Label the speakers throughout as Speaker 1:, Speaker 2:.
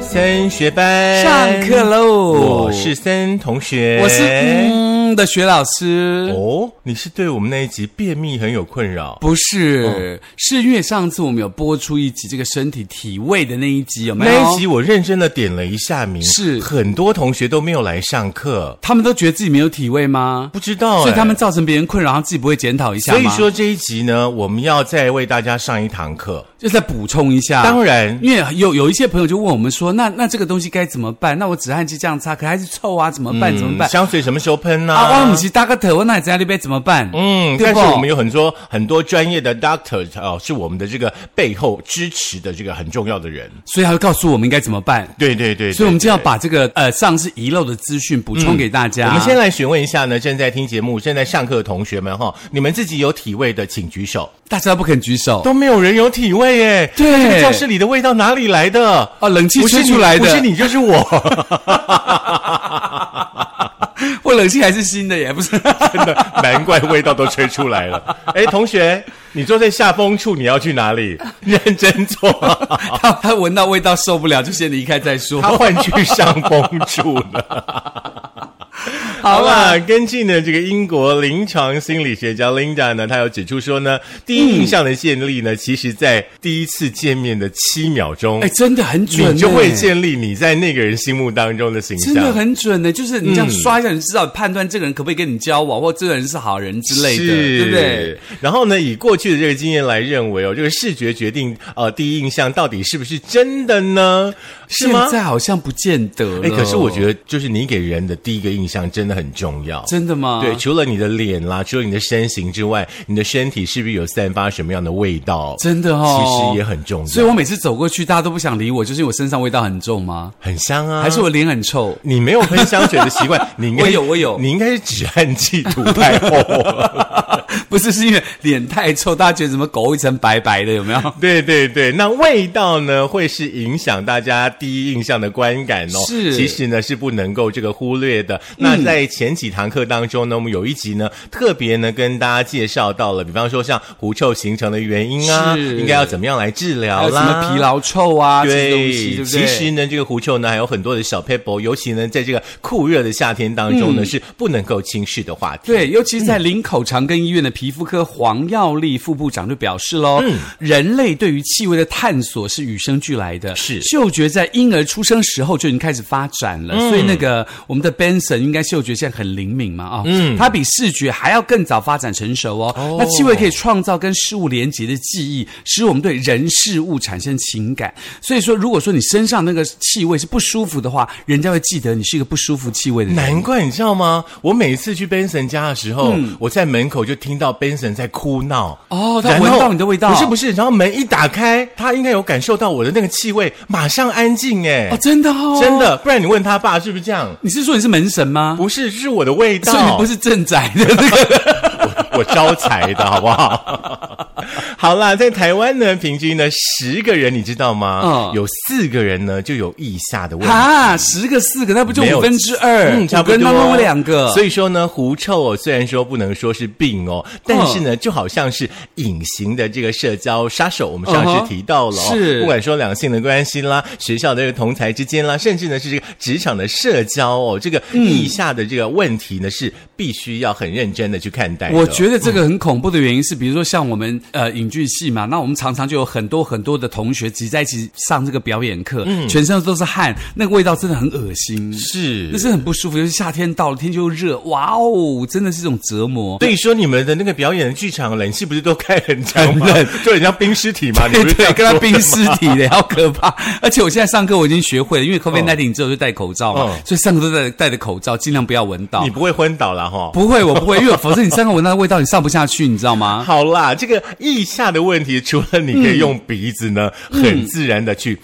Speaker 1: 森学班
Speaker 2: 上课，喽！
Speaker 1: 我是森同学，
Speaker 2: 我是嗯的学老师，
Speaker 1: 哦，你是对我们那一集便秘很有困扰，
Speaker 2: 不是，是因为上次我们有播出一集这个身体体味的那一集，有没有？
Speaker 1: 那一集我认真的点了一下名，
Speaker 2: 是
Speaker 1: 很多同学都没有来上课，
Speaker 2: 他们都觉得自己没有体味吗？
Speaker 1: 不知道、
Speaker 2: 所以
Speaker 1: 哎
Speaker 2: 他们。造成别人困扰，他自己不会检讨一下
Speaker 1: 所
Speaker 2: 吗？
Speaker 1: 以说这一集呢，我们要再为大家上一堂课。
Speaker 2: 就再补充一下。
Speaker 1: 当然，
Speaker 2: 因为有有一些朋友就问我们说，那那这个东西该怎么办？那我止汗剂这样擦，可还是臭啊，怎么
Speaker 1: 嗯
Speaker 2: 办？怎么办？
Speaker 1: 香水什么时候喷呢、
Speaker 2: 啊，我母鸡大个头，我奶在那边怎么办？
Speaker 1: 嗯，
Speaker 2: 对
Speaker 1: 但
Speaker 2: 不
Speaker 1: 是我们有很多很多专业的 doctor 哦，是我们的这个背后支持的这个很重要的人。
Speaker 2: 所以他会告诉我们应该怎么办。
Speaker 1: 对对对，
Speaker 2: 所以我们就
Speaker 1: 就
Speaker 2: 要把这个呃上次遗漏的资讯补充给大家。
Speaker 1: 我们先来询问一下呢，正在听节目、正在上课的同学们哈、你们自己有体味的请举手。
Speaker 2: 大家都不肯举手
Speaker 1: 都没有人有体味耶，
Speaker 2: 对
Speaker 1: 这个教室里的味道哪里来的？
Speaker 2: 哦，冷气
Speaker 1: 不是
Speaker 2: 吹
Speaker 1: 你
Speaker 2: 出来的，
Speaker 1: 不是你就是我，
Speaker 2: 我冷气还是新的耶，不 是？
Speaker 1: 真的难怪味道都吹出来了。哎，同学，你坐在下风处，你要去哪里？认真坐，
Speaker 2: 他 他闻到味道受不了，就先离开再说。
Speaker 1: 他换去上风处了。好
Speaker 2: 好啦，
Speaker 1: 啦，根据呢这个英国临床心理学家 Linda 呢，她有指出说呢，第一印象的建立呢，其实在第一次见面的七秒钟，
Speaker 2: 哎，真的很准耶，
Speaker 1: 你就会建立你在那个人心目当中的形象。
Speaker 2: 真的很准呢，就是你这样刷一下，你知道判断这个人可不可以跟你交往，或这个人是好人之类的，
Speaker 1: 是
Speaker 2: 对不对？？
Speaker 1: 然后呢，以过去的这个经验来认为哦，这个视觉决定呃第一印象到底是不是真的呢？是吗
Speaker 2: 现？在好像不见得了。
Speaker 1: 哎，可是我觉
Speaker 2: 得
Speaker 1: 得就是你给人的第一个印象真的很重要。
Speaker 2: 真的吗？
Speaker 1: 对，除了你的脸啦，除了你的身形之外，你的身体是不是有散发什么样的味道？
Speaker 2: 真的哦
Speaker 1: 其实也很重要。
Speaker 2: 所以我每次走过去，大家都不想理我，就是因为我身上味道很重吗？
Speaker 1: 很香啊，
Speaker 2: 还是我脸很臭？
Speaker 1: 你没有喷香水的习 惯？你应该
Speaker 2: 我有我有
Speaker 1: 你应该是止汗剂涂太 厚。
Speaker 2: 不是，是因为脸太臭，大家觉得怎么狗一层白白的，有没有？
Speaker 1: 对对对，那味道呢，会是影响大家第一印象的观感哦。
Speaker 2: 是嗯
Speaker 1: 其实呢是不能够这个忽略的。那在前几堂课当中呢，我们有一集呢，特别呢跟大家介绍到了，比方说像狐臭形成的原因啊，
Speaker 2: 是
Speaker 1: 应该要怎么样来治
Speaker 2: 还
Speaker 1: 疗
Speaker 2: 有什
Speaker 1: 啦，
Speaker 2: 么疲劳臭啊，这些东西，对不对？
Speaker 1: 其实呢，这个狐臭呢还有很多的小 pebble，尤其呢在这个酷热的夏天当中呢，
Speaker 2: 嗯
Speaker 1: 是不能够轻视的话题。
Speaker 2: 对，尤其是在林口长庚医院的皮肤科黄耀丽副部长就表示喽，
Speaker 1: 嗯
Speaker 2: 人类对于气味的探索是与生俱来的，
Speaker 1: 是
Speaker 2: 嗅觉在婴儿出生时候就已经开始发展了，
Speaker 1: 嗯
Speaker 2: 所以那个我们的 Benson 应该嗅觉现在很灵敏嘛啊，嗯，它比视觉还要更早发展成熟哦。
Speaker 1: 哦
Speaker 2: 那气味可以创造跟事物连结的记忆，使我们对人事物产生情感。所以说，如果说你身上那个气味是不舒服的话，人家会记得你是一个不舒服气味的人。
Speaker 1: 难怪你知道吗？我每次去 Benson 家的时候，我在门口就听到 Benson 在哭闹。
Speaker 2: 嗯哦他
Speaker 1: 然后
Speaker 2: 闻到你的味道
Speaker 1: 不是不是，然后门一打开，他应该有感受到我的那个气味，马上安静哎、
Speaker 2: 哦，真的哦，
Speaker 1: 真的，不然你问他爸是不是这样？
Speaker 2: 你是说你是门神吗？
Speaker 1: 不是，是我的味道，
Speaker 2: 所以你不是正宅的那 个
Speaker 1: 我招财的好不好？ 好啦，在台湾呢，平均呢十个人，你知道吗？
Speaker 2: 嗯
Speaker 1: 有四个人呢就有腋下的问题。
Speaker 2: 啊，十个四个，那不就
Speaker 1: 没有
Speaker 2: 五分之二？
Speaker 1: 嗯，差不多。
Speaker 2: 五个当中有两个，
Speaker 1: 所
Speaker 2: 以
Speaker 1: 以说呢，狐臭哦，虽然说不能说是病哦，
Speaker 2: 嗯
Speaker 1: 但是呢，就好像是隐形的这个社交杀手。我们上
Speaker 2: 嗯哼
Speaker 1: 次提到了、哦，
Speaker 2: 是
Speaker 1: 不管说两性的关系啦，学校的这个同才之间啦，甚至呢是这个职场的社交哦，这个
Speaker 2: 嗯
Speaker 1: 腋下的这个问题呢，是必须要很认真的去看待的。
Speaker 2: 我觉得这个很恐怖的原因是，比如说像我们呃
Speaker 1: 嗯
Speaker 2: 影剧系嘛，那我们常常就有很多很多的同学挤在一起上这个表演课，全身都是汗，那个味道真的很恶心，
Speaker 1: 嗯是
Speaker 2: 那是很不舒服。尤其夏天到了，天气又热，哇哦，真的是一种折磨。
Speaker 1: 所以说，你们的那个表演的剧场冷气不是都开 很强吗？就很像冰尸体嘛，啊你
Speaker 2: 对
Speaker 1: 不是这
Speaker 2: 对，
Speaker 1: 样
Speaker 2: 跟他
Speaker 1: 说的
Speaker 2: 冰尸体的，好可怕！而且我现在上课我已经学会了，因为 COVID 1 9之后就戴口罩嘛，
Speaker 1: 嗯
Speaker 2: 所以上课都戴戴着口罩，尽量不要闻到
Speaker 1: 你。不会昏倒啦哈？
Speaker 2: 不会，我不会，因为否则你上课闻到的味道你上不嗯下去，你知道吗？
Speaker 1: 好啦，这个腋下的问题，除了你可以用鼻子呢，很自然的去。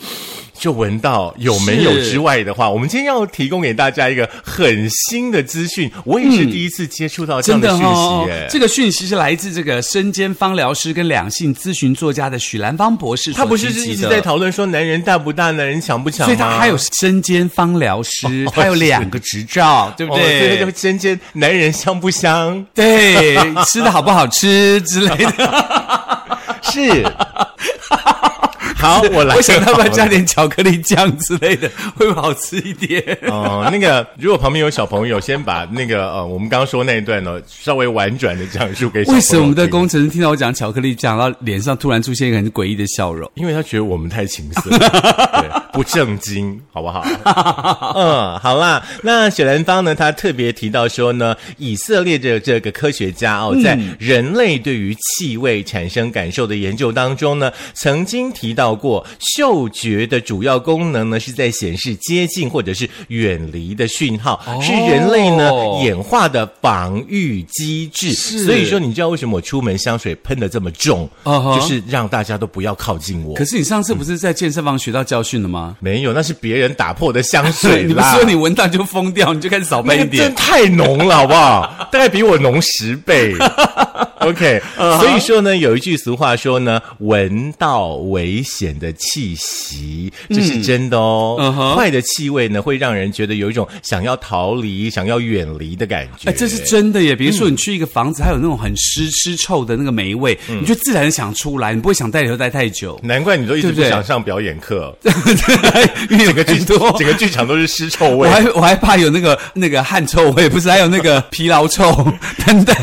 Speaker 1: 就闻到有没有
Speaker 2: 嗯是
Speaker 1: 之外的话，我们今天要提供给大家一个很新的资讯。我也是第一次接触到这样
Speaker 2: 嗯真
Speaker 1: 的
Speaker 2: 的
Speaker 1: 讯
Speaker 2: 哦
Speaker 1: 息耶，，
Speaker 2: 这个讯息是来自这个身兼芳疗师跟两性咨询作家的许兰芳博士所
Speaker 1: 他不是
Speaker 2: 提及
Speaker 1: 一直
Speaker 2: 的
Speaker 1: 在讨论说男人大不大，男人强不强吗？哦
Speaker 2: 所以他还有身兼芳疗师，他有两个执照，
Speaker 1: 对
Speaker 2: 对不
Speaker 1: 不对？哦所以
Speaker 2: 对
Speaker 1: 他就？真真男人香不香？
Speaker 2: 对，吃的好不好吃之类的。
Speaker 1: 是。好，我来。
Speaker 2: 我想要不要加点巧克力酱之类的，会不会好吃一点？
Speaker 1: 哦，那个如果旁边有小朋友，先把那个呃，我们刚刚说那一段呢，稍微婉转的讲述给小朋友
Speaker 2: 为什么我们的
Speaker 1: 听
Speaker 2: 工程师听到我讲巧克力酱，然后脸上突然出现一个很诡异的笑容？
Speaker 1: 因为他觉得我们太情色，对，不正经，好不好？嗯，好啦。那雪兰芳呢？她特别提到说呢，以色列的这个科学家哦，在人类对于气味产生感受的研究当中呢，曾经提到过，嗅觉的主要功能呢是在显示接近或者是远离的讯号，是人类呢演化的防御机制。
Speaker 2: 是
Speaker 1: 所以说，你知道为什么我出门香水喷的这么重
Speaker 2: 啊哈
Speaker 1: 就是让大家都不要靠近我
Speaker 2: 可。是你上次不是在健身房学到教训了吗？
Speaker 1: 没有，那是别人打破的香 水啦。
Speaker 2: 你不是说你闻到就疯掉，你就开始少
Speaker 1: 那
Speaker 2: 喷
Speaker 1: 个
Speaker 2: 一点
Speaker 1: 真。太浓了，好不 好？大概比我浓十 倍。OK，、所以说呢，有一句俗话说呢，闻到危险的气息，这是真的哦。
Speaker 2: 嗯哼
Speaker 1: 坏的气味呢，会让人觉得有一种想要逃离、想要远离的感觉。，
Speaker 2: 哎，这是真的耶！比如说，你去一个房子，它有那种很湿湿臭的那个霉味，你就自然想出来，你不会想待里头待太久
Speaker 1: 难怪你都一直
Speaker 2: 对不
Speaker 1: 不
Speaker 2: 对
Speaker 1: 想上表演 课，
Speaker 2: 因为
Speaker 1: 整个剧
Speaker 2: 很多
Speaker 1: 整个剧场都是尸臭
Speaker 2: 我
Speaker 1: 味。
Speaker 2: 还我还怕有那个那个汗臭味，不是还有那个疲劳臭 等等。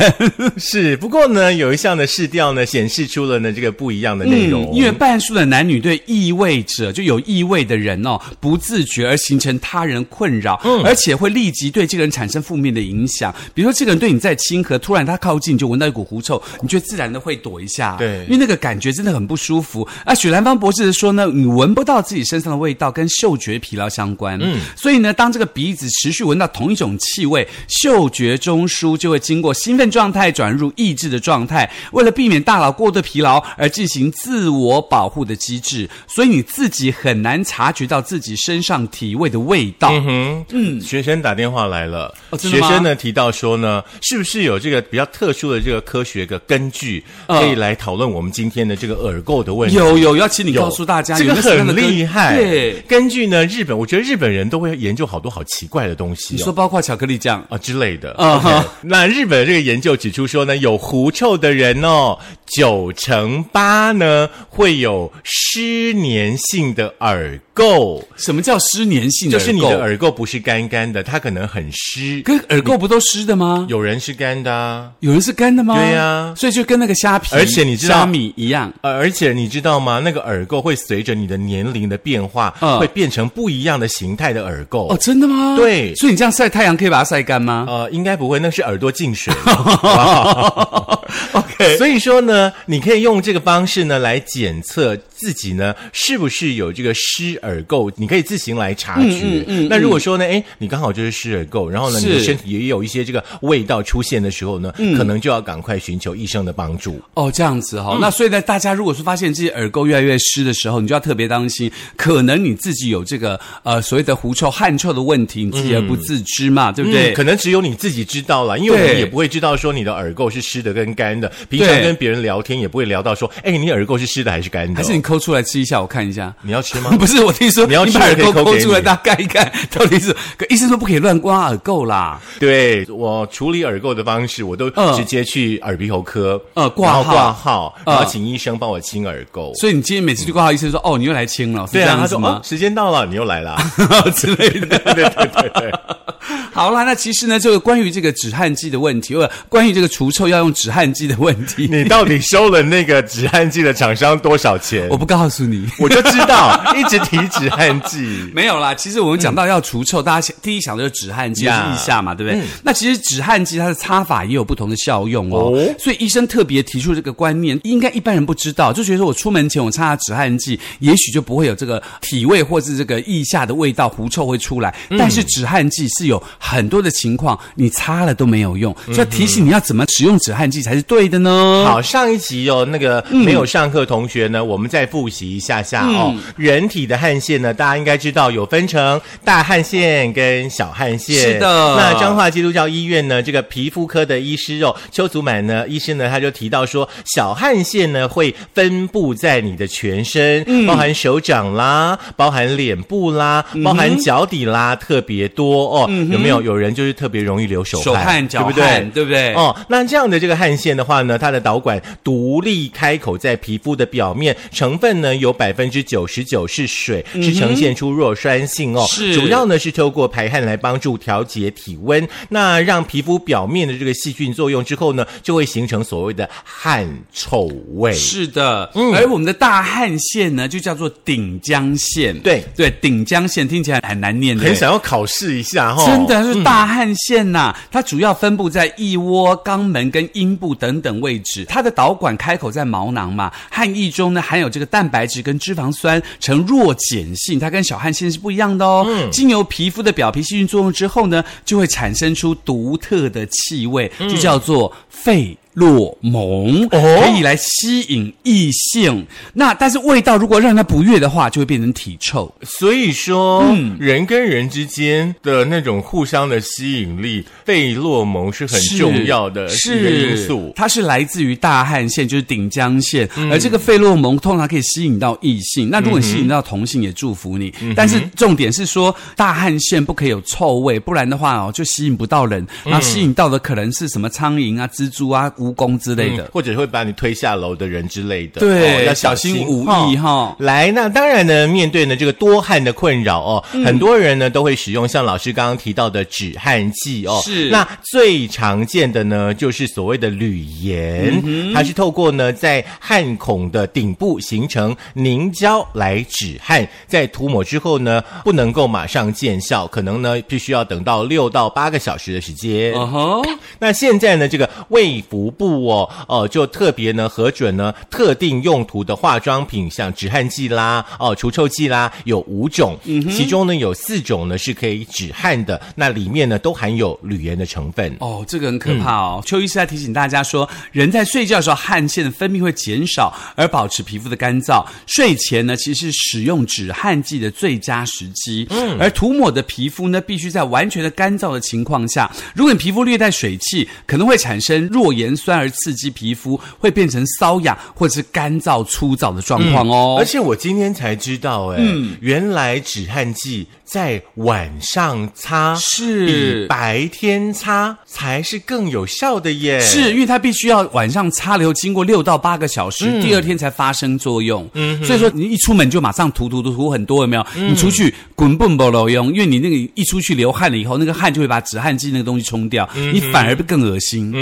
Speaker 1: 是，不过呢，有一项的试调呢，显示出了呢这个不一样的内容。
Speaker 2: 嗯，因为半数的男女对异味者，就有异味的人哦，不自觉而形成他人困扰，
Speaker 1: 嗯
Speaker 2: 而且会立即对这个人产生负面的影响。比如说，这个人对你再亲和，突然他靠近，你就闻到一股狐臭，你就自然的会躲一下，
Speaker 1: 对
Speaker 2: 因为那个感觉真的很不舒服。啊，许兰芳博士说呢，你闻不到自己身上的味道，跟嗅觉疲劳相关，嗯，所以呢，当这个鼻子持续闻到同一种气味，嗅觉中枢就会经过兴奋状态转入抑制的状态，为了避免大脑过度疲劳而进行自我保护的机制，所以你自己很难察觉到自己身上体味的味道。
Speaker 1: 嗯，学生打电话来了，
Speaker 2: 哦真的
Speaker 1: 学
Speaker 2: 吗
Speaker 1: 生呢提到说呢，是不是有这个比较特殊的这个科学的根据，
Speaker 2: 嗯
Speaker 1: 可以来讨论我们今天的这个耳垢的问题？
Speaker 2: 有有，要请你
Speaker 1: 有
Speaker 2: 告诉大家，
Speaker 1: 这个
Speaker 2: 有那什么样的
Speaker 1: 很
Speaker 2: 歌
Speaker 1: 厉害。
Speaker 2: 对，
Speaker 1: 根据呢日本，我觉得日本人都会研究好多好奇怪的东西、哦。
Speaker 2: 你说包括巧克力酱，
Speaker 1: 啊之类的。
Speaker 2: 啊哈
Speaker 1: OK 那日本这个研究指出说呢，有狐臭的人哦，九成八呢会有失粘性的耳垢，
Speaker 2: 什么叫湿黏性
Speaker 1: 就
Speaker 2: 的
Speaker 1: 是你的
Speaker 2: 垢
Speaker 1: 耳垢不是干干的，它可能很湿。
Speaker 2: 跟耳垢不都湿的吗？
Speaker 1: 有人是干的、啊。
Speaker 2: 有人是干的吗？
Speaker 1: 对呀
Speaker 2: 所以就跟那个虾皮，
Speaker 1: 而且你知道
Speaker 2: 虾米一样。
Speaker 1: 呃而且你知道吗？那个耳垢会随着你的年龄的变化，
Speaker 2: 嗯
Speaker 1: 会变成不一样的形态的耳垢。
Speaker 2: 哦，真的吗？
Speaker 1: 对
Speaker 2: 所以你这样晒太阳可以把它晒干吗？
Speaker 1: 呃，应该不会，那是耳朵进水。OK，所 以说呢，你可以用这个方式呢来检测自己呢是不是有这个湿耳垢，你可以自行来察
Speaker 2: 嗯
Speaker 1: 觉。那如果说呢，哎，你刚好就是湿耳垢，然后呢，你的
Speaker 2: 是嗯
Speaker 1: 身体也有一些这个味道出现的时候呢，可能就要赶快寻求医生的帮助。
Speaker 2: 哦，这样子哈、
Speaker 1: 嗯
Speaker 2: 那所以呢，大家如果说发现自己耳垢越来越湿的时候，你就要特别当心，可能你自己有这个呃所谓的狐臭、汗臭的问题，你自己而不自知嘛，对不对？
Speaker 1: 嗯可能只有你自己知道了，因为我
Speaker 2: 对
Speaker 1: 们也不会知道说你的耳垢是湿的跟干的。平常
Speaker 2: 对
Speaker 1: 跟别人聊天也不会聊到说，哎，你耳垢是湿的还是干的哦？
Speaker 2: 还是你抠出来吃一下，我看一下。
Speaker 1: 你要吃吗？
Speaker 2: 不是，我听说
Speaker 1: 嗯你要吃
Speaker 2: 把耳
Speaker 1: 我可以
Speaker 2: 垢
Speaker 1: 抠
Speaker 2: 抠
Speaker 1: 给
Speaker 2: 出来，
Speaker 1: 你
Speaker 2: 大家看一看， 到底是可医生说不可以乱刮耳垢啦。
Speaker 1: 对我处理耳垢的方式，我都
Speaker 2: 嗯
Speaker 1: 直接去耳鼻喉科，
Speaker 2: 呃挂
Speaker 1: 然后
Speaker 2: 号
Speaker 1: 挂号，
Speaker 2: 嗯
Speaker 1: 然后请医生帮我清耳垢。
Speaker 2: 所以你今天每次去挂号，医生说、哦，你又来清了，是
Speaker 1: 嗯对
Speaker 2: 这
Speaker 1: 啊，
Speaker 2: 样
Speaker 1: 他
Speaker 2: 子
Speaker 1: 说
Speaker 2: 吗
Speaker 1: 啊，？时间到了，你又来了。
Speaker 2: 之类的。
Speaker 1: 对对对对，
Speaker 2: 好啦，那其实呢，这个关于这个止汗剂的问题，或者关于这个除臭要用止汗剂的问题，
Speaker 1: 你到底收了那个止汗剂的厂商多少钱？我
Speaker 2: 我不告诉你。
Speaker 1: 就知道，一直提止汗剂。
Speaker 2: 没有啦，其实我们讲到要除臭，大家想第一想的就是止汗剂，就是
Speaker 1: 呀嗯
Speaker 2: 腋下嘛，对不对？那其实止汗剂它的擦法也有不同的效用哦，
Speaker 1: 哦
Speaker 2: 所以医生特别提出这个观念，应该一般人不知道，就觉得说我出门前我擦下止汗剂，也许就不会有这个体味或是这个腋下的味道、狐臭会出来。
Speaker 1: 嗯
Speaker 2: 但是止汗剂是有很多的情况，你擦了都没有用，所以要提醒你要怎么使用止汗剂才是对的呢？
Speaker 1: 好，上一集哦，那个
Speaker 2: 嗯
Speaker 1: 没有上课同学呢，我们再复习一下下哦。人体的汗腺呢，大家应该知道有分成大汗腺跟小汗腺。
Speaker 2: 是的
Speaker 1: 那彰化基督教医院呢，这个皮肤科的医师哦，邱祖满呢，医师呢，他就提到说，小汗腺呢会分布在你的全身，
Speaker 2: 嗯
Speaker 1: 包含手掌啦，包含脸部啦，包含脚底啦，特别多哦。有没有？哦，有人就是特别容易流手汗，
Speaker 2: 嗯手汗、
Speaker 1: 对
Speaker 2: 脚
Speaker 1: 不
Speaker 2: 汗，
Speaker 1: 对？
Speaker 2: 对不对？
Speaker 1: 哦，那这样的这个汗腺的话呢，它的导管独立开口在皮肤的表面，成分呢有百分之九十九是水，是呈现出弱酸性哦。
Speaker 2: 嗯是
Speaker 1: 主要呢是透过排汗来帮助调节体温，那让皮肤表面的这个细菌作用之后呢，就会形成所谓的汗臭味。
Speaker 2: 是的，
Speaker 1: 嗯
Speaker 2: 而我们的大汗腺呢，就叫做顶浆腺。
Speaker 1: 对
Speaker 2: 对，顶浆腺听起来很难念，对不
Speaker 1: 很
Speaker 2: 对
Speaker 1: 想要考试一下哈、哦，
Speaker 2: 真的是大汗腺呐、它主要分布在腋窝、肛门跟阴部等等位置。它的导管开口在毛囊嘛，汗液中呢含有这个蛋白质跟脂肪酸，呈弱碱性，它跟小汗腺是不一样的哦。
Speaker 1: 嗯
Speaker 2: 经由皮肤的表皮细菌作用之后呢，就会产生出独特的气味，就叫做肺。洛蒙
Speaker 1: 嗯哦
Speaker 2: 可以来吸引异性，那但是味道如果让它不悦的话，就会变成体臭。
Speaker 1: 所以说，
Speaker 2: 嗯
Speaker 1: 人跟人之间的那种互相的吸引力，费洛蒙是很重要的一个因素。嗯
Speaker 2: 它是来自于大汗腺，就是顶浆腺，而这个费洛蒙通常可以吸引到异性。那如果你吸引到同性，也祝福你。
Speaker 1: 嗯
Speaker 2: 但是重点是说，大汗腺不可以有臭味，不然的话哦，就吸引不到人。
Speaker 1: 嗯
Speaker 2: 然后吸引到的可能是什么苍蝇啊、蜘蛛啊、蜈蚣之类的。
Speaker 1: 嗯或者会把你推下楼的人之类的，
Speaker 2: 对
Speaker 1: 哦要
Speaker 2: 小
Speaker 1: 小
Speaker 2: 心哦
Speaker 1: 心
Speaker 2: 无意哈
Speaker 1: 来，那当然呢，面对呢这个多汗的困扰哦，
Speaker 2: 嗯
Speaker 1: 很多人呢都会使用像老师刚刚提到的止汗剂哦。
Speaker 2: 是
Speaker 1: 那最常见的呢就是所谓的铝盐，
Speaker 2: 嗯
Speaker 1: 它是透过呢在汗孔的顶部形成凝胶来止汗，在涂抹之后呢不能够马上见效，可能呢必须要等到六到八个小时的时间。
Speaker 2: 嗯哼，
Speaker 1: 那现在呢，这个卫福部哦，哦、就特别呢核准呢特定用途的化妆品，像止汗剂啦、哦、除臭剂啦，有五种，
Speaker 2: 嗯
Speaker 1: 其中呢有四种呢是可以止汗的，那里面呢都含有铝盐的成分。
Speaker 2: 哦，这个很可怕
Speaker 1: 嗯
Speaker 2: 哦。邱医师在提醒大家说，人在睡觉的时候，汗腺的分泌会减少，而保持皮肤的干燥。睡前呢，其实是使用止汗剂的最佳时机。嗯，而涂抹的皮肤呢，必须在完全的干燥的情况下。如果你皮肤略带水汽，可能会产生弱盐酸而刺激皮肤，会变成瘙痒或者是干燥粗糙的状况哦。
Speaker 1: 嗯
Speaker 2: 嗯
Speaker 1: 而且我今天才知道、哎、原来止汗剂在晚上擦
Speaker 2: 是
Speaker 1: 比白天擦才是更有效的耶。
Speaker 2: 是因为它必须要晚上擦了以后，经过六到八个小时，第二天才发生作用。嗯，所以说你一出门就马上涂涂涂涂很多，有没有？你出去滚蹦不漏用，因为你那个一出去流汗了以后，那个汗就会把止汗剂那个东西冲掉，你反而更恶心。哦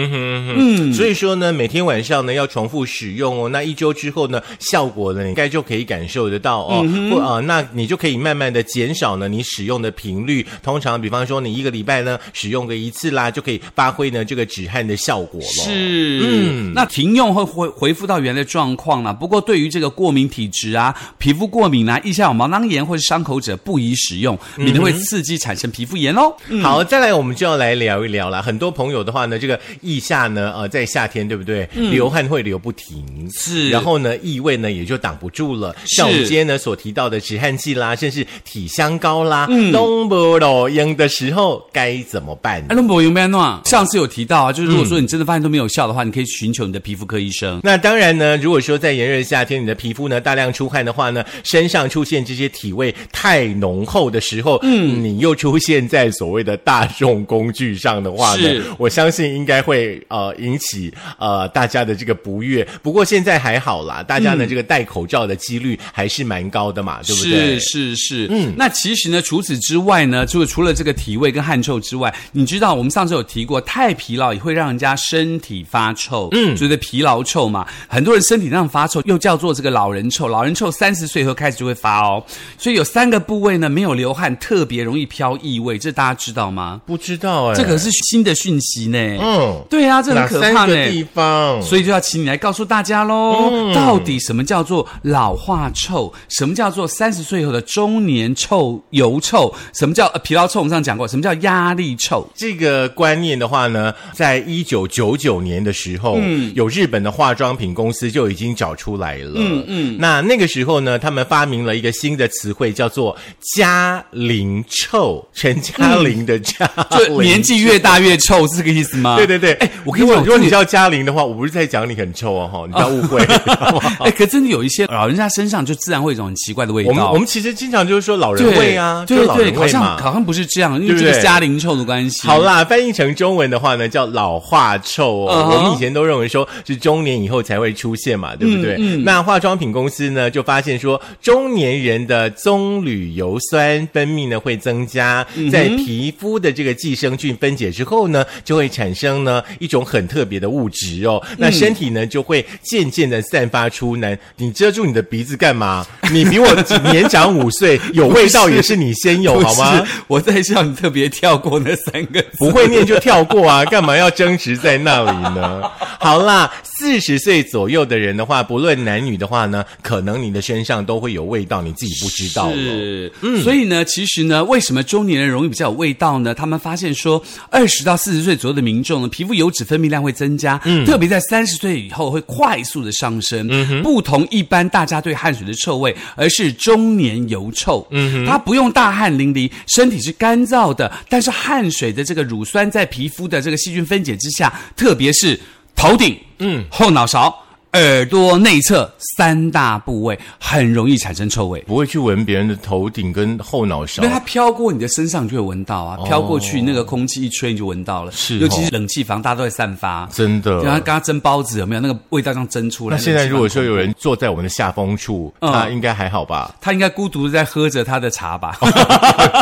Speaker 1: 所以说呢，每天晚上呢要重复使用哦。那一周之后呢，效果呢应该就可以感受得到哦。或啊、那你就可以慢慢的减少呢你使用的频率。通常，比方说你一个礼拜呢使用个一次啦，就可以发挥呢这个止汗的效果了。
Speaker 2: 是，嗯，那停用会恢恢复到原来的状况了。不过对于这个过敏体质啊、皮肤过敏啊、腋下有毛囊炎或是伤口者，不宜使用，免得会刺激产生皮肤炎哦。
Speaker 1: 好，再来我们就要来聊一聊啦。很多朋友的话呢，这个腋下呢，呃，在夏天对不对？流汗会流不停，
Speaker 2: 嗯是
Speaker 1: 然后呢，异味呢也就挡不住了。像我们
Speaker 2: 是
Speaker 1: 今天呢所提到的止汗剂啦，甚至体香膏啦，
Speaker 2: 嗯
Speaker 1: 东不老用的时候该怎么办？
Speaker 2: 哎，那我有没有
Speaker 1: 嗯
Speaker 2: 弄？上次有提到啊，就是如果说你真的发现都没有效的话，你可以寻求你的皮肤科医生。
Speaker 1: 那当然呢，如果说在炎热的夏天，你的皮肤呢大量出汗的话呢，身上出现这些体味太浓厚的时候，嗯，你又出现在所谓的大众工具上的话
Speaker 2: 是
Speaker 1: 呢，我相信应该会呃引起呃大家的这个不悦。不过现在还好啦，大家呢、这个戴口罩的几率还是蛮高的嘛，对不对？
Speaker 2: 是是是，嗯，那其实呢，除此之外呢，就是除了这个体味跟汗臭之外，你知道我们上次有提过，太疲劳也会让人家身体发臭，嗯，所谓的疲劳臭嘛，很多人身体上发臭，又叫做这个老人臭，老人臭三十岁以后开始就会发哦，所以有三个部位呢没有流汗，特别容易飘异味，这大家知道吗？
Speaker 1: 不知道哎、
Speaker 2: 这可是新的讯息呢，
Speaker 1: 嗯，
Speaker 2: 对啊，这很
Speaker 1: 哪
Speaker 2: 可怕
Speaker 1: 三
Speaker 2: 呢。
Speaker 1: 个地方？
Speaker 2: 所以就要请你来告诉大家喽，
Speaker 1: 嗯
Speaker 2: 到底什么叫做老化臭？什么叫做三十岁以后的中年臭、油臭？什么叫、呃、疲劳臭？我们上讲过，什么叫压力臭？
Speaker 1: 这个观念的话呢，在一九九九年的时候，
Speaker 2: 嗯
Speaker 1: 有日本的化妆品公司就已经找出来了。嗯嗯，那那个时候呢，他们发明了一个新的词汇，叫做“嘉龄臭”，陈嘉玲的嘉
Speaker 2: 嗯就年纪越大越臭，是这个意思吗？
Speaker 1: 对 对对，
Speaker 2: 哎我跟
Speaker 1: 如
Speaker 2: 你
Speaker 1: 果
Speaker 2: 讲
Speaker 1: 如果
Speaker 2: 这
Speaker 1: 你
Speaker 2: 个
Speaker 1: 叫嘉玲的话，我不是在讲你很臭哦，哈，你不要误 会。好不好
Speaker 2: 哎，可真的有一些老人家身上就自然会有一种很奇怪的味道。
Speaker 1: 我们我们其实经常就是说老人味啊，吗？就
Speaker 2: 对
Speaker 1: 老
Speaker 2: 对，
Speaker 1: 人
Speaker 2: 好
Speaker 1: 味
Speaker 2: 像
Speaker 1: 嘛。
Speaker 2: 好像不是这样，因为
Speaker 1: 对不
Speaker 2: 这
Speaker 1: 对
Speaker 2: 个家灵臭的关系。
Speaker 1: 好啦，翻译成中文的话呢，叫老化臭哦。
Speaker 2: 嗯哼
Speaker 1: 我们以前都认为说是中年以后才会出现嘛，对不
Speaker 2: 嗯
Speaker 1: 对？那化妆品公司呢就发现说，中年人的棕榈油酸分泌呢会增加，
Speaker 2: 嗯
Speaker 1: 在皮肤的这个寄生菌分解之后呢，就会产生呢一种很特别的物质哦。
Speaker 2: 嗯
Speaker 1: 那身体呢就会渐渐的散发出呢，你遮住你的鼻子干嘛？你比我年长五岁，有味道也是你先有
Speaker 2: 不
Speaker 1: 哦好吗？
Speaker 2: 是？我在想，你特别跳过那三个字。
Speaker 1: 不会念就跳过啊，干嘛要争执在那里呢？ 好啦，四十岁左右的人的话，不论男女的话呢，可能你的身上都会有味道，你自己不知道了。
Speaker 2: 是，嗯所以呢，其实呢，为什么中年人容易比较有味道呢？他们发现说，二十到四十岁左右的民众呢，皮肤油脂分泌量会增加，特别在三十岁以后会快速的上升。不同一般大家对汗水的臭味，而是中年油臭。嗯它不用大汗淋漓，身体是干燥的，但是汗水的这个乳酸在皮肤的这个细菌分解之下，特别是头顶、嗯后脑勺。耳朵内侧三大部位很容易产生臭味，
Speaker 1: 不会去闻别人的头顶跟后脑勺
Speaker 2: 因为。它飘过你的身上，你就会闻到啊。飘过去，那个空气一吹，你就闻到了。
Speaker 1: 哦是哦
Speaker 2: 尤其是冷气房，大家都在散发。
Speaker 1: 真的
Speaker 2: 对，然后刚刚蒸包子有没有那个味道这样蒸出来？
Speaker 1: 那现在
Speaker 2: 冷气
Speaker 1: 如
Speaker 2: 房
Speaker 1: 果说有人坐在我们的下风处，
Speaker 2: 嗯
Speaker 1: 那应该还好吧？
Speaker 2: 他应该孤独的在喝着他的茶 吧？
Speaker 1: 哦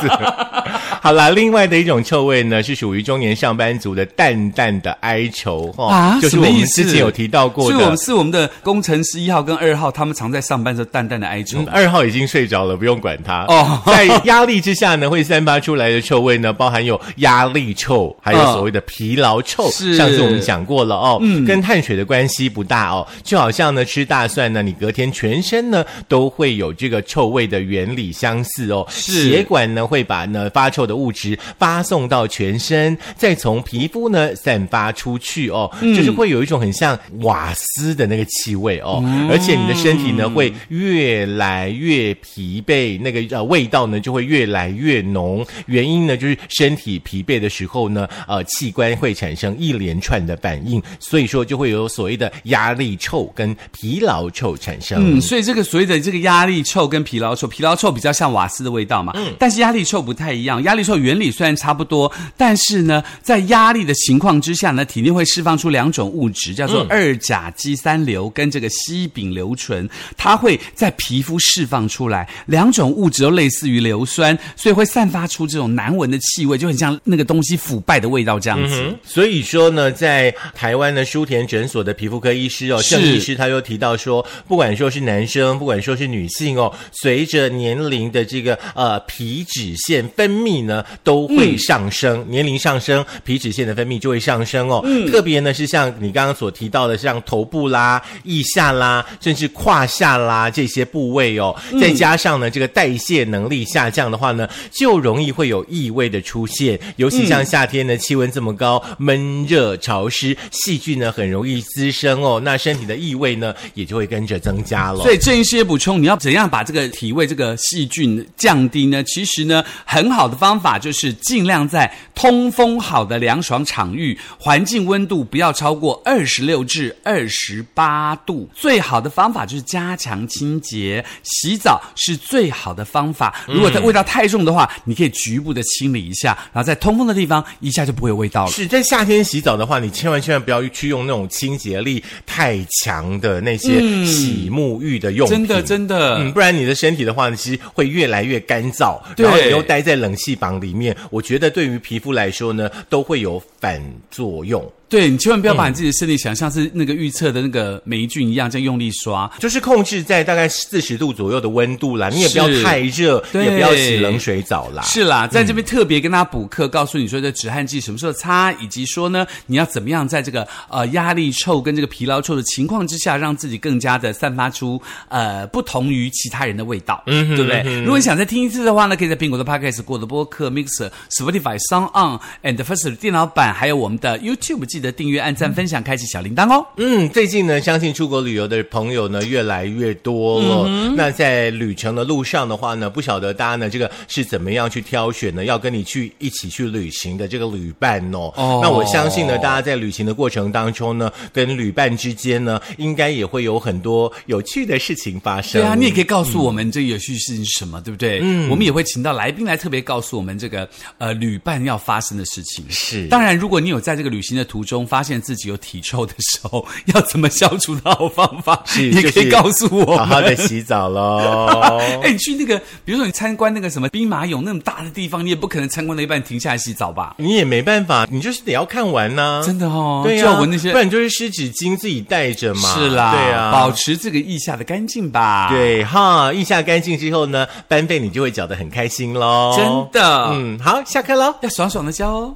Speaker 1: 好啦，另外的一种臭味呢，是属于中年上班族的淡淡的哀愁哈、
Speaker 2: 啊
Speaker 1: 就是
Speaker 2: 什
Speaker 1: 我
Speaker 2: 么
Speaker 1: 们
Speaker 2: 意思
Speaker 1: 之前有提到过
Speaker 2: 所以
Speaker 1: 的。
Speaker 2: 我们是我们的工程师一号跟二号，他们常在上班时候淡淡的哀愁
Speaker 1: 嗯。二号已经睡着了，不用管他。
Speaker 2: 哦
Speaker 1: 在压力之下呢，会散发出来的臭味呢，包含有压力臭，还有
Speaker 2: 嗯
Speaker 1: 所谓的疲劳臭。
Speaker 2: 是嗯
Speaker 1: 上次我们讲过了哦，跟碳水的关系不大哦，就好像呢吃大蒜呢，你隔天全身呢都会有这个臭味的原理相似哦。
Speaker 2: 是
Speaker 1: 血管呢会把呢发臭的物质发送到全身，再从皮肤呢散发出去哦，
Speaker 2: 嗯
Speaker 1: 就是会有一种很像瓦斯的那个气味哦，
Speaker 2: 嗯
Speaker 1: 而且你的身体呢会越来越疲惫，那个呃味道呢就会越来越浓。原因呢就是身体疲惫的时候呢，呃器官会产生一连串的反应，所以说就会有所谓的压力臭跟疲劳臭产生。
Speaker 2: 嗯，所以这个所谓的这个压力臭跟疲劳臭，疲劳臭比较像瓦斯的味道嘛，但是压力臭不太一样。压力臭原理虽然差不多，但是呢，在压力的情况之下呢，体内会释放出两种物质，叫做二甲基三硫跟这个西丙硫醇，它会在皮肤释放出来，两种物质都类似于硫酸，所以会散发出这种难闻的气味，就很像那个东西腐败的味道这样子。
Speaker 1: 所以说呢，在台湾的舒田诊所的皮肤科医师哦，
Speaker 2: 是
Speaker 1: 郑医师他又提到说，不管说是男生，不管说是女性哦，随着年龄的这个呃皮脂腺分泌呢，都会上升，年龄上升，皮脂腺的分泌就会上升哦。特别呢是像你刚刚所提到的，像头部啦、腋下啦，甚至胯下啦这些部位哦，
Speaker 2: 嗯
Speaker 1: 再加上呢这个代谢能力下降的话呢，就容易会有异味的出现，尤其像夏天呢，气温这么高，闷热潮湿，细菌呢很容易滋生哦，那身体的异味呢也就会跟着增加了。
Speaker 2: 所以郑医师也补充，你要怎样把这个体味这个细菌降低呢？其实呢，很好的方法就是尽量在通风好的凉爽场域，环境温度不要超过二十六至二十八度。最好的方法就是加强清洁，洗澡是最好的方法。如果它味道太重的话，你可以局部的清理一下，然后在通风的地方一下就不会有味道了。
Speaker 1: 是在夏天洗澡的话，你千万千万不要去用那种清洁力太强的那些洗沐浴的用品，
Speaker 2: 嗯真的，真的，
Speaker 1: 嗯，不然你的身体的话，其实会越来越干燥，
Speaker 2: 呃对
Speaker 1: 然后你又待在冷气房里面，我觉得对于皮肤来说呢，都会有反作用。
Speaker 2: 对你千万不要
Speaker 1: 嗯
Speaker 2: 把你自己的身体想象是那个预测的那个霉菌一样，这样用力刷。
Speaker 1: 就是控制在大概四十度左右的温度啦，你也不要
Speaker 2: 是
Speaker 1: 太热，
Speaker 2: 对
Speaker 1: 也不要洗冷水澡啦。
Speaker 2: 是啦，嗯在这边特别跟大家补课，告诉你说这止汗剂什么时候擦，以及说呢，你要怎么样在这个呃压力臭跟这个疲劳臭的情况之下，让自己更加的散发出呃不同于其他人的味道，嗯对不对？如果你想再听一次的话呢，可以在苹果的 Podcast、过的播客、Mixer、Spotify、Sound On and First 电脑版，还有我们的 YouTube 记得订阅、按赞、分享、开启小铃铛哦。
Speaker 1: 嗯，最近呢，相信出国旅游的朋友呢越来越多了。
Speaker 2: 嗯
Speaker 1: 那在旅程的路上的话呢，不晓得大家呢这个是怎么样去挑选呢？要跟你去一起去旅行的这个旅伴哦。
Speaker 2: 哦
Speaker 1: 那我相信呢，大家在旅行的过程当中呢，跟旅伴之间呢，应该也会有很多有趣的事情发生。
Speaker 2: 对啊，你也可以告诉我们这有趣事情是什么，对不对？嗯，我们也会请到来宾来特别告诉我们这个呃旅伴要发生的事情。
Speaker 1: 是
Speaker 2: 当然，如果你有在这个旅行的途中发现自己有体臭的时候，要怎么消除的好方法，
Speaker 1: 是
Speaker 2: 也可
Speaker 1: 就
Speaker 2: 以
Speaker 1: 是啊
Speaker 2: 告诉我们。
Speaker 1: 好好的洗澡喽。
Speaker 2: 哎，你去那个，比如说你参观那个什么兵马俑那么大的地方，你也不可能参观了一半停下来洗澡吧？
Speaker 1: 你也没办法，你就是得要看完呐、
Speaker 2: 真的哦
Speaker 1: 对
Speaker 2: 就
Speaker 1: 呀、
Speaker 2: 要闻那些
Speaker 1: 不然就是湿纸巾自己带着嘛。
Speaker 2: 是啦，
Speaker 1: 对啊，
Speaker 2: 保持这个腋下的干净吧。。
Speaker 1: 对哈，腋下干净之后呢，班费你就会缴得很开心喽。
Speaker 2: 真的
Speaker 1: 哦嗯，好，下课喽。
Speaker 2: 要爽爽的教哦。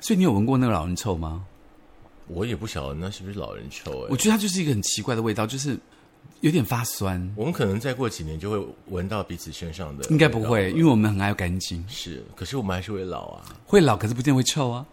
Speaker 2: 所以你有闻过那个老人臭吗？
Speaker 1: 我也不晓得那是不是老人臭哎、
Speaker 2: 我觉得它就是一个很奇怪的味道，就是有点发酸。
Speaker 1: 我们可能再过几年就会闻到彼此身上的，
Speaker 2: 应该不会，因为我们很爱干净，
Speaker 1: 是，可是我们还是会老啊。
Speaker 2: 会老可是不见会臭啊。